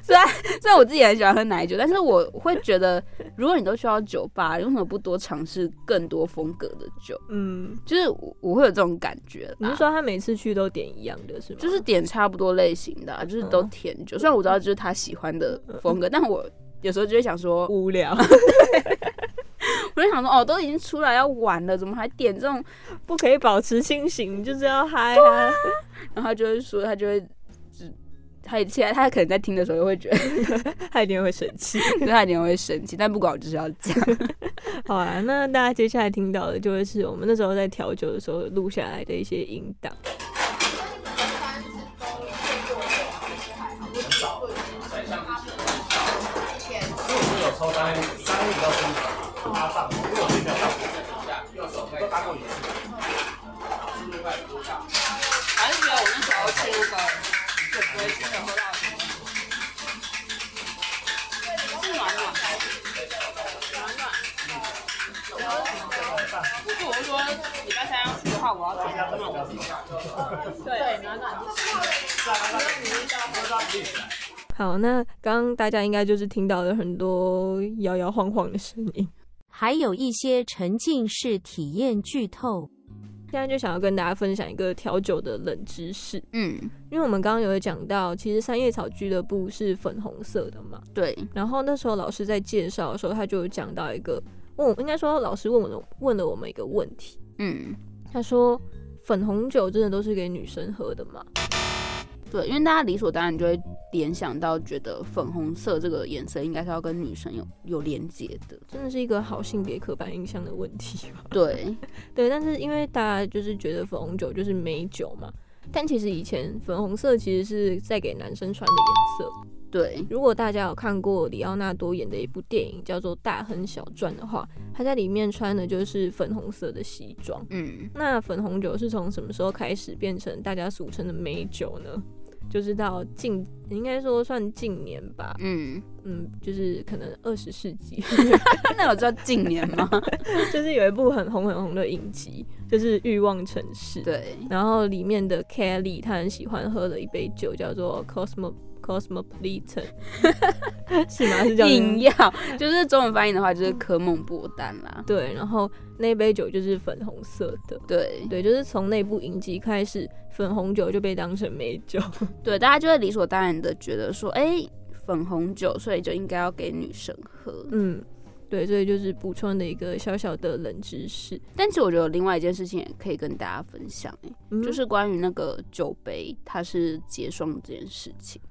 [SPEAKER 2] 虽然虽然我自己很喜欢喝奶酒，但是我会觉得，如果你都去到酒吧，你为什么不多尝试更多风格的酒？
[SPEAKER 3] 嗯，
[SPEAKER 2] 就是我我会有这种感觉啦。
[SPEAKER 3] 你是说他每次去都点一样的是吗？
[SPEAKER 2] 就是点差不多类型的啊、就是都
[SPEAKER 3] 嗯
[SPEAKER 2] 甜酒。虽然我知道这是他喜欢的风格，但我有时候就会想说，
[SPEAKER 3] 无 聊，
[SPEAKER 2] 我就想说，哦，都已经出来要玩了，怎么还点这种？
[SPEAKER 3] 不可以保持清醒，就是要嗨啊！
[SPEAKER 2] 然后他就会说，他就会只他一切，他可能在听的时候又会觉得，
[SPEAKER 3] 他一定会生气。
[SPEAKER 2] 对他一定会生气，但不管我就是要讲。
[SPEAKER 3] 好啊，那大家接下来听到的就会是我们那时候在调酒的时候录下来的一些音档。好，那刚刚大家应该就是听到了很多摇摇晃晃的声音。
[SPEAKER 4] 还有一些沉浸式体验剧透。
[SPEAKER 3] 现在就想要跟大家分享一个调酒的冷知识，
[SPEAKER 2] 嗯，
[SPEAKER 3] 因为我们刚刚有讲到，其实三叶草俱乐部是粉红色的嘛。
[SPEAKER 2] 对，
[SPEAKER 3] 然后那时候老师在介绍的时候，他就有讲到一个问我，应该说老师问我们问了我们一个问题，
[SPEAKER 2] 嗯，
[SPEAKER 3] 他说粉红酒真的都是给女生喝的吗？
[SPEAKER 2] 对，因为大家理所当然就会联想到，觉得粉红色这个颜色应该是要跟女生有有连接的。
[SPEAKER 3] 真的是一个好性别刻板印象的问题吗？
[SPEAKER 2] 对，
[SPEAKER 3] 对，但是因为大家就是觉得粉红酒就是美酒嘛，但其实以前粉红色其实是在给男生穿的颜色。
[SPEAKER 2] 对，
[SPEAKER 3] 如果大家有看过里奥纳多演的一部电影叫做《大亨小传》的话，他在里面穿的就是粉红色的西装。
[SPEAKER 2] 嗯，
[SPEAKER 3] 那粉红酒是从什么时候开始变成大家俗称的美酒呢？就是到近，应该说算近年吧，
[SPEAKER 2] 嗯，
[SPEAKER 3] 嗯，就是可能二十世纪，
[SPEAKER 2] 那我知道近年吗？
[SPEAKER 3] 就是有一部很红很红的影集，就是《欲望城市》。
[SPEAKER 2] 对，
[SPEAKER 3] 然后里面的 Kelly 她很喜欢喝的一杯酒叫做 Cosmo Cosmopolitan，是吗？是叫这个
[SPEAKER 2] 硬要就是中文翻译的话，就是科梦波丹啦。
[SPEAKER 3] 对，然后那杯酒就是粉红色的。
[SPEAKER 2] 对
[SPEAKER 3] 对，就是从那部影集开始，粉红酒就被当成美 酒。
[SPEAKER 2] 对，大家就会理所当然的觉得说，哎、粉红酒，所以就应该要给女生喝。
[SPEAKER 3] 嗯，对，所以就是补充的一个小小的冷知识，
[SPEAKER 2] 但其实我觉得有另外一件事情也可以跟大家分享、欸，
[SPEAKER 3] 嗯
[SPEAKER 2] 就是关于那个酒杯它是结霜这件事情。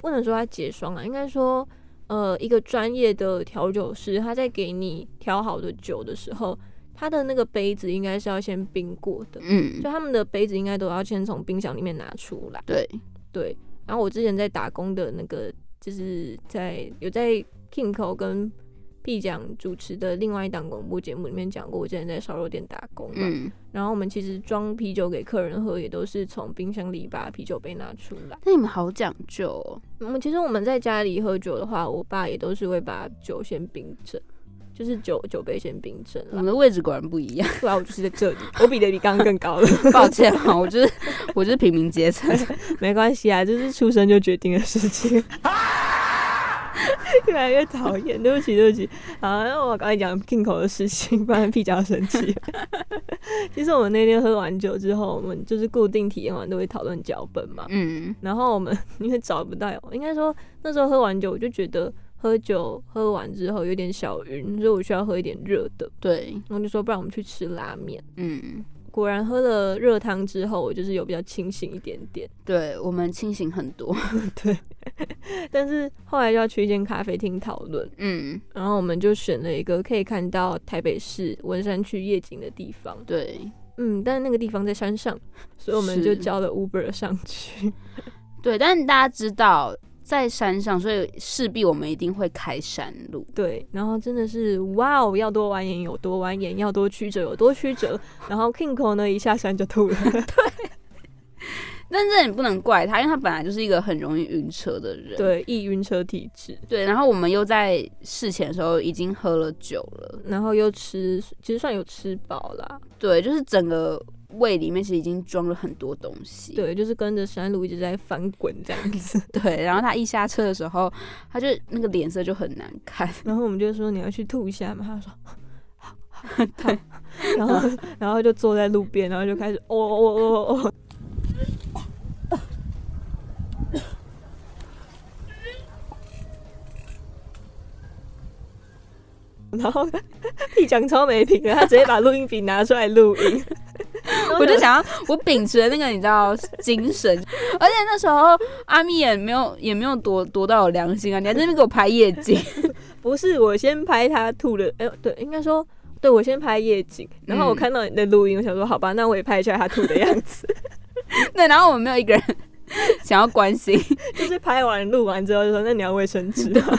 [SPEAKER 3] 不能说它结霜啊，应该说，呃，一个专业的调酒师他在给你调好的酒的时候，他的那个杯子应该是要先冰过的。
[SPEAKER 2] 嗯
[SPEAKER 3] 就，他们的杯子应该都要先从冰箱里面拿出来。
[SPEAKER 2] 对，
[SPEAKER 3] 对，然后我之前在打工的那个，就是在有在 Kingo 跟 P 讲主持的另外一档广播节目里面讲过，我之前在烧肉店打工嘛。
[SPEAKER 2] 嗯。
[SPEAKER 3] 然后我们其实装啤酒给客人喝，也都是从冰箱里把啤酒杯拿出来。
[SPEAKER 2] 那你们好讲究哦。
[SPEAKER 3] 我们其实我们在家里喝酒的话，我爸也都是会把酒先冰镇。就是酒酒杯先冰镇
[SPEAKER 2] 我
[SPEAKER 3] 了
[SPEAKER 2] 们，的位置果然不一 样。
[SPEAKER 3] 不然我就是在这里，我比得比刚刚更高了，
[SPEAKER 2] 抱歉啊，我就是我就是平民阶层。
[SPEAKER 3] 没关系啊，这是出生就决定的事情。 越来越讨厌，对不起，对不起。好，那我刚才讲 King 口的事情，不然 P 较生气。 其实我们那天喝完酒之后，我们就是固定体验完都会讨论脚本嘛。
[SPEAKER 2] 嗯
[SPEAKER 3] 然后我们 因为找不到，应该说那时候喝完酒，我就觉得喝酒喝完之后有点小晕，所以我需要喝一点热的。
[SPEAKER 2] 对，
[SPEAKER 3] 然后就说，不然我们去吃拉面。
[SPEAKER 2] 嗯，
[SPEAKER 3] 果然喝了热汤之后，我就是有比较清醒一点点。
[SPEAKER 2] 对，我们清醒很多。
[SPEAKER 3] 但是后来就要去一间咖啡厅讨论，
[SPEAKER 2] 嗯，
[SPEAKER 3] 然后我们就选了一个可以看到台北市文山区夜景的地方。
[SPEAKER 2] 对
[SPEAKER 3] 嗯，但是那个地方在 山上，所以我们就是叫了 Uber 上去。
[SPEAKER 2] 对，但大家知道。在山上，所以势必我们一定会开山路。
[SPEAKER 3] 对，然后真的是哇哦，要多蜿蜒有多蜿蜒，要多曲折有多曲 折。然后 Kingo 呢一下山就 吐了，
[SPEAKER 2] 但这你不能怪他，因为他本来就是一个很容易晕车的人。
[SPEAKER 3] 对，易晕车体质，
[SPEAKER 2] 对，然后我们又在事前的时候已经喝了酒了，
[SPEAKER 3] 然后又吃，其实算有吃饱啦。
[SPEAKER 2] 对，就是整个胃里面其实已经装了很多东西。
[SPEAKER 3] 对，就是跟着山路一直在翻滚这样子。
[SPEAKER 2] 对，然后他一下车的时候，他就那个脸色就很难 看。
[SPEAKER 3] 然后我们就说你要去吐一下嘛，他说好，好，好。然后 然后就坐在路边，然后就开始哦哦哦哦哦，然后 一讲超没品的，他直接把录音笔拿出来录音，
[SPEAKER 2] 我就想要，我秉持了那个你知道精神，而且那时候阿咪也没有也没有多多到有良心啊，你还在那边给我拍夜景，
[SPEAKER 3] 不是我先拍他吐的，哎、呦，对，应该说。对，我先拍夜景，然后我
[SPEAKER 2] 嗯
[SPEAKER 3] 看到你的录音，我想说，好吧，那我也拍一下他吐的样子。
[SPEAKER 2] 对，然后我们没有一个人 想要关心，
[SPEAKER 3] 就是拍完录完之后就说：“那你要卫生纸 吗？”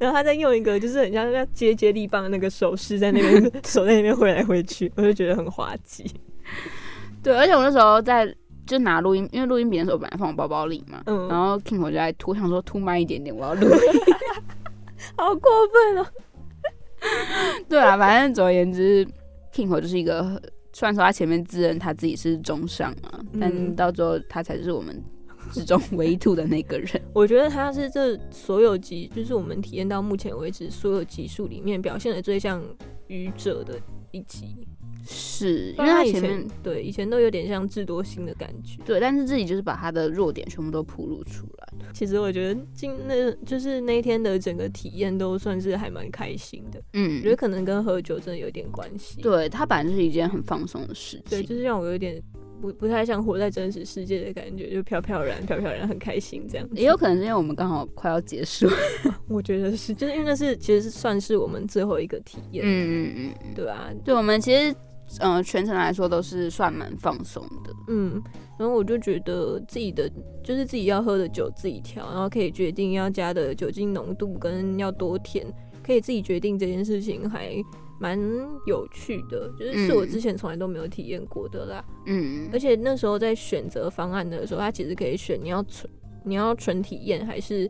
[SPEAKER 3] 然后他再用一个就是很像要接接力棒的那个手势在那 边手在那边挥来挥去，我就觉得很滑稽。
[SPEAKER 2] 对，而且我那时候在就拿录音，因为录音笔的时候本来放我包包里嘛，
[SPEAKER 3] 嗯，
[SPEAKER 2] 然后 King 我就在吐，我想说吐慢一点点，我要录。
[SPEAKER 3] 好过分哦！
[SPEAKER 2] 对啊，反正总而言之，King 我就是一个。虽然说他前面自认他自己是中上啊，但
[SPEAKER 3] 嗯
[SPEAKER 2] 到最后他才是我们之中唯一吐的那个人。
[SPEAKER 3] 我觉得他是这所有集，就是我们体验到目前为止所有集数里面表现的最像愚者的一集，
[SPEAKER 2] 是因
[SPEAKER 3] 不
[SPEAKER 2] 为
[SPEAKER 3] 然
[SPEAKER 2] 他
[SPEAKER 3] 以
[SPEAKER 2] 前面
[SPEAKER 3] 前对以前都有点像智多星的感觉。
[SPEAKER 2] 对，但是自己就是把他的弱点全部都铺露出来。
[SPEAKER 3] 其实我觉得今那就是那一天的整个体验都算是还蛮开心的，我
[SPEAKER 2] 嗯
[SPEAKER 3] 觉，得可能跟喝酒真的有点关系。
[SPEAKER 2] 对他本来就是一件很放松的事
[SPEAKER 3] 对，
[SPEAKER 2] 情。
[SPEAKER 3] 就是让我有点不不太像活在真实世界的感觉，就飘飘然、飘飘然，很开心这样子。
[SPEAKER 2] 也有可能是因为我们刚好快要结束，
[SPEAKER 3] 我觉得是，就是因为那是其实是算是我们最后一个体验，
[SPEAKER 2] 嗯嗯嗯嗯，
[SPEAKER 3] 对吧？
[SPEAKER 2] 对我们其实，嗯、全程来说都是算蛮放松的，
[SPEAKER 3] 嗯，然后我就觉得自己的就是自己要喝的酒自己调，然后可以决定要加的酒精浓度跟要多甜，可以自己决定这件事情，还蛮有趣的，就是是我
[SPEAKER 2] 嗯
[SPEAKER 3] 之前从来都没有体验过的啦。
[SPEAKER 2] 嗯
[SPEAKER 3] 而，且那时候在选择方案的时候，它其实可以选你要纯你要纯体验，还是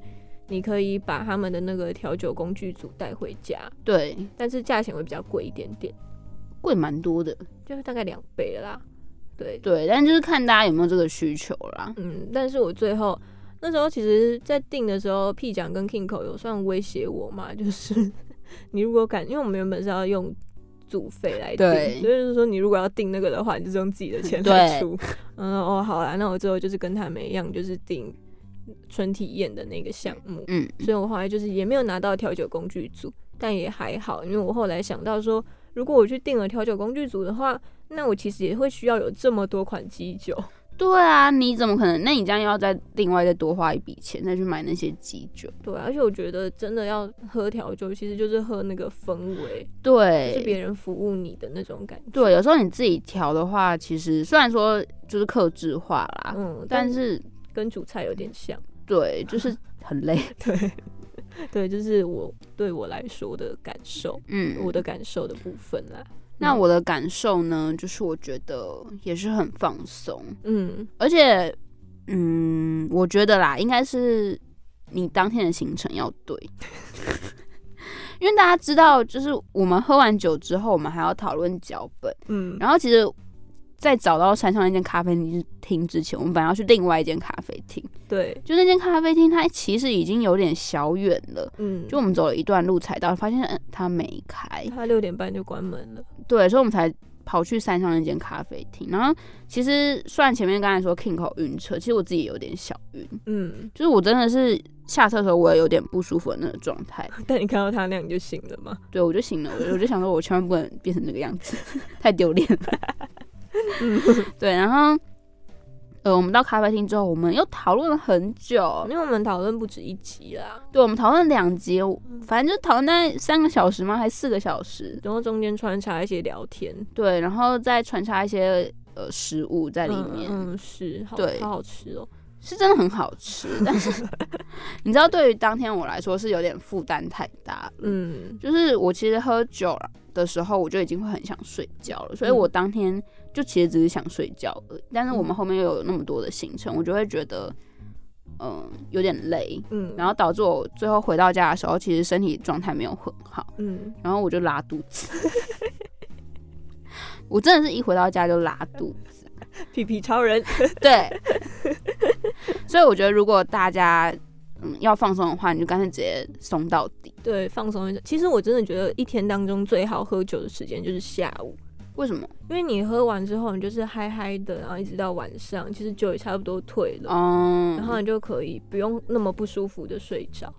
[SPEAKER 3] 你可以把他们的那个调酒工具组带回家，
[SPEAKER 2] 对，
[SPEAKER 3] 但是价钱会比较贵一点点，
[SPEAKER 2] 贵蛮多的，
[SPEAKER 3] 就是大概两倍了啦。对，
[SPEAKER 2] 对，但就是看大家有没有这个需求啦。
[SPEAKER 3] 嗯，但是我最后那时候其实，在订的时候，P 奖跟 Kingo 有算威胁我嘛，就是 你如果敢，因为我们原本是要用。组费来
[SPEAKER 2] 对
[SPEAKER 3] 订，所以就是说你如果要订那个的话，你就是用自己的钱
[SPEAKER 2] 对
[SPEAKER 3] 来出。嗯，哦，好啦，那我最后就是跟他们一样，就是订纯体验的那个项目。
[SPEAKER 2] 嗯，
[SPEAKER 3] 所以我后来就是也没有拿到调酒工具组，但也还好，因为我后来想到说，如果我去订了调酒工具组的话，那我其实也会需要有这么多款基酒。
[SPEAKER 2] 对啊，你怎么可能？那你这样又要再另外再多花一笔钱再去买那些基酒？
[SPEAKER 3] 对啊，而且我觉得真的要喝调酒，其实就是喝那个氛围，
[SPEAKER 2] 对，
[SPEAKER 3] 是别人服务你的那种感觉。
[SPEAKER 2] 对，，有时候你自己调的话，其实虽然说就是克制化啦，
[SPEAKER 3] 嗯，但
[SPEAKER 2] 啊但
[SPEAKER 3] 是
[SPEAKER 2] 是
[SPEAKER 3] 跟主菜有点像。
[SPEAKER 2] 对， 就是很累。
[SPEAKER 3] 对， 对，就是我对我来说的感受，
[SPEAKER 2] 嗯，
[SPEAKER 3] 我的嗯感受的部分啦。
[SPEAKER 2] 那我的感受呢，就是我觉得也是很放松，
[SPEAKER 3] 嗯，
[SPEAKER 2] 而且嗯，我觉得啦，应该是你当天的行程要对。 因为大家知道，就是我们喝完酒之后，我们还要讨论脚本。
[SPEAKER 3] 嗯，
[SPEAKER 2] 然后其实，在找到山上那间咖啡厅之前，我们本来要去另外一间咖啡厅。
[SPEAKER 3] 对，
[SPEAKER 2] 就那间咖啡厅，它其实已经有点小远了。
[SPEAKER 3] 嗯，
[SPEAKER 2] 就我们走了一段路才到，发现嗯它没开，
[SPEAKER 3] 他六点半就关门了。
[SPEAKER 2] 对，所以我们才跑去山上那间咖啡厅。然后其实虽然前面刚才说 King 口晕车，其实我自己也有点小晕，
[SPEAKER 3] 嗯，
[SPEAKER 2] 就是我真的是下车的时候我也有点不舒服的那个状态。
[SPEAKER 3] 但你看到他那样你就醒了嘛。
[SPEAKER 2] 对，我就醒了，我就我就想说，我千万不能变成这个样子， 太丢脸了。
[SPEAKER 3] 嗯，
[SPEAKER 2] 对，然后呃，我们到咖啡厅之后，我们又讨论了很久，
[SPEAKER 3] 因为我们讨论不止一集啦，
[SPEAKER 2] 对，我们讨论两集，反正就讨论大概三个小时吗？还四个小时？
[SPEAKER 3] 然后中间穿插一些聊天
[SPEAKER 2] 对，然后再穿插一些呃食物在
[SPEAKER 3] 在
[SPEAKER 2] 里面。
[SPEAKER 3] 嗯，嗯是，好，
[SPEAKER 2] 对
[SPEAKER 3] 好好吃哦。
[SPEAKER 2] 是真的很好吃，但是 你知道，对于当天我来说是有点负担太大。
[SPEAKER 3] 嗯，
[SPEAKER 2] 就是我其实喝酒了的时候，我就已经会很想睡觉了，所以我当天就其实只是想睡觉而已。但是我们后面又有那么多的行程，我就会觉得，嗯、有点累，
[SPEAKER 3] 嗯，
[SPEAKER 2] 然后导致我最后回到家的时候，其实身体状态没有很好。
[SPEAKER 3] 嗯，
[SPEAKER 2] 然后我就拉肚子。我真的是一回到家就拉肚子，
[SPEAKER 3] 屁屁超人，
[SPEAKER 2] 对。所以我觉得，如果大家嗯要放松的话，你就干脆直接松到底。
[SPEAKER 3] 对，放松一下。其实我真的觉得一天当中最好喝酒的时间就是下午，
[SPEAKER 2] 为什么？
[SPEAKER 3] 因为你喝完之后，你就是嗨嗨的，然后一直到晚上，其实酒也差不多退了，
[SPEAKER 2] 嗯，
[SPEAKER 3] 然后你就可以不用那么不舒服的睡着。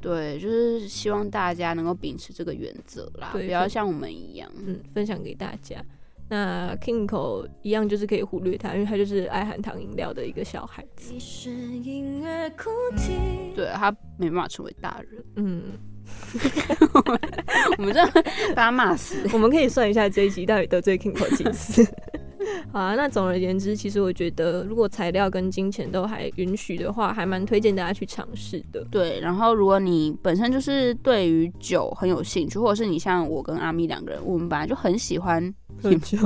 [SPEAKER 2] 对，就是希望大家能够秉持这个原则啦，不
[SPEAKER 3] 对
[SPEAKER 2] 要
[SPEAKER 3] 对
[SPEAKER 2] 像我们一样。
[SPEAKER 3] 嗯，分享给大家。那 Kingo 一样就是可以忽略他，因为他就是爱含糖饮料的一个小孩子。
[SPEAKER 6] 你是婴儿哭泣，
[SPEAKER 2] 对他没办法成为大人，
[SPEAKER 3] 嗯，
[SPEAKER 2] 我们这把他骂死。
[SPEAKER 3] 我们可以算一下这一集到底得罪 Kingo 几次。 好啊，那总而言之，其实我觉得如果材料跟金钱都还允许的话，还蛮推荐大家去尝试的。
[SPEAKER 2] 对，然后如果你本身就是对于酒很有兴趣，或者是你像我跟阿咪两个人，我们本来就很喜欢
[SPEAKER 3] 喝酒，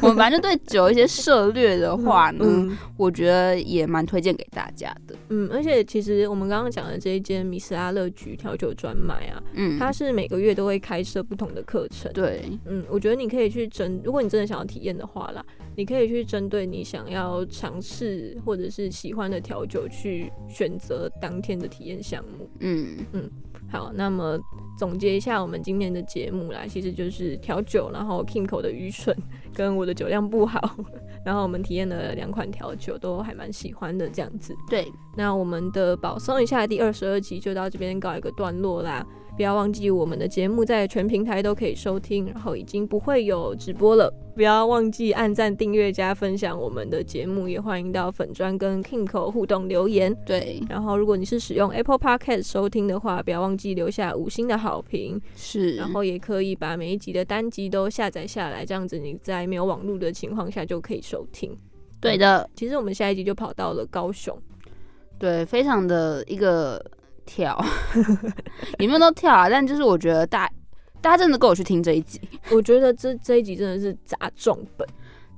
[SPEAKER 2] 我们反正对酒有一些涉略的话呢，
[SPEAKER 3] 嗯
[SPEAKER 2] 我觉得也蛮推荐给大家的。
[SPEAKER 3] 嗯，而且其实我们刚刚讲的这一间米斯拉乐局调酒专卖啊，
[SPEAKER 2] 嗯，
[SPEAKER 3] 它是每个月都会开设不同的课程。
[SPEAKER 2] 对
[SPEAKER 3] 嗯，我觉得你可以去针，如果你真的想要体验的话啦，你可以去针对你想要尝试或者是喜欢的调酒去选择当天的体验项目。
[SPEAKER 2] 嗯，
[SPEAKER 3] 好，那么总结一下我们今天的节目啦，其实就是调酒，然后 Kingo 的愚蠢跟我的酒量不好，然后我们体验了两款调酒，都还蛮喜欢的这样子。
[SPEAKER 2] 对，
[SPEAKER 3] 那我们的保送一下的第二十二集就到这边告一个段落啦。不要忘记我们的节目在全平台都可以收听，然后已经不会有直播了。不要忘记按赞、订阅、加分享我们的节目，也欢迎到粉砖跟 Kingo 互动留言。
[SPEAKER 2] 对，
[SPEAKER 3] 然后，如果你是使用 Apple Podcast 收听的话，不要忘记留下五星的好评，
[SPEAKER 2] 是，
[SPEAKER 3] 然后也可以把每一集的单集都下载下来，这样子你在没有网络的情况下就可以收听。
[SPEAKER 2] 对的，
[SPEAKER 3] 其实我们下一集就跑到了高雄，
[SPEAKER 2] 对，非常的一个跳， 也没有到跳啊，但就是我觉得大大家真的跟我去听这一集，
[SPEAKER 3] 我觉得这这一集真的是砸重本，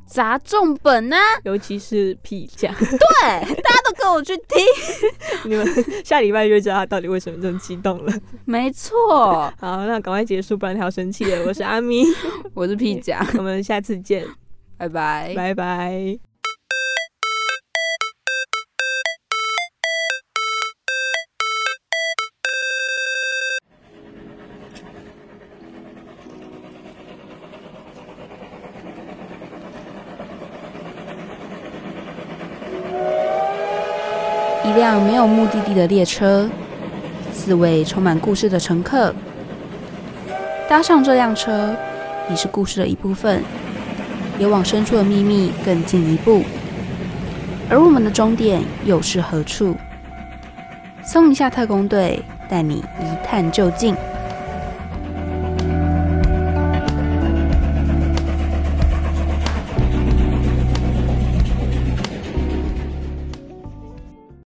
[SPEAKER 2] 砸重本呢、
[SPEAKER 3] 尤其是屁价。
[SPEAKER 2] 对， 大家都跟我去听，
[SPEAKER 3] 你们下礼拜就会知道他到底为什么这么激动了。
[SPEAKER 2] 没错，
[SPEAKER 3] 好，那赶快结束，不然他要生气了。我是阿咪，
[SPEAKER 2] 我是屁甲，
[SPEAKER 3] 我们下次见，
[SPEAKER 2] 拜拜。
[SPEAKER 3] 拜拜。
[SPEAKER 2] 一辆没有目的地的列车，四位充满故事的乘客。搭上这辆车，你是故事的一部分，也往深处的秘密更进一步。而我们的终点又是何处？松一下特工队，带你一探究竟。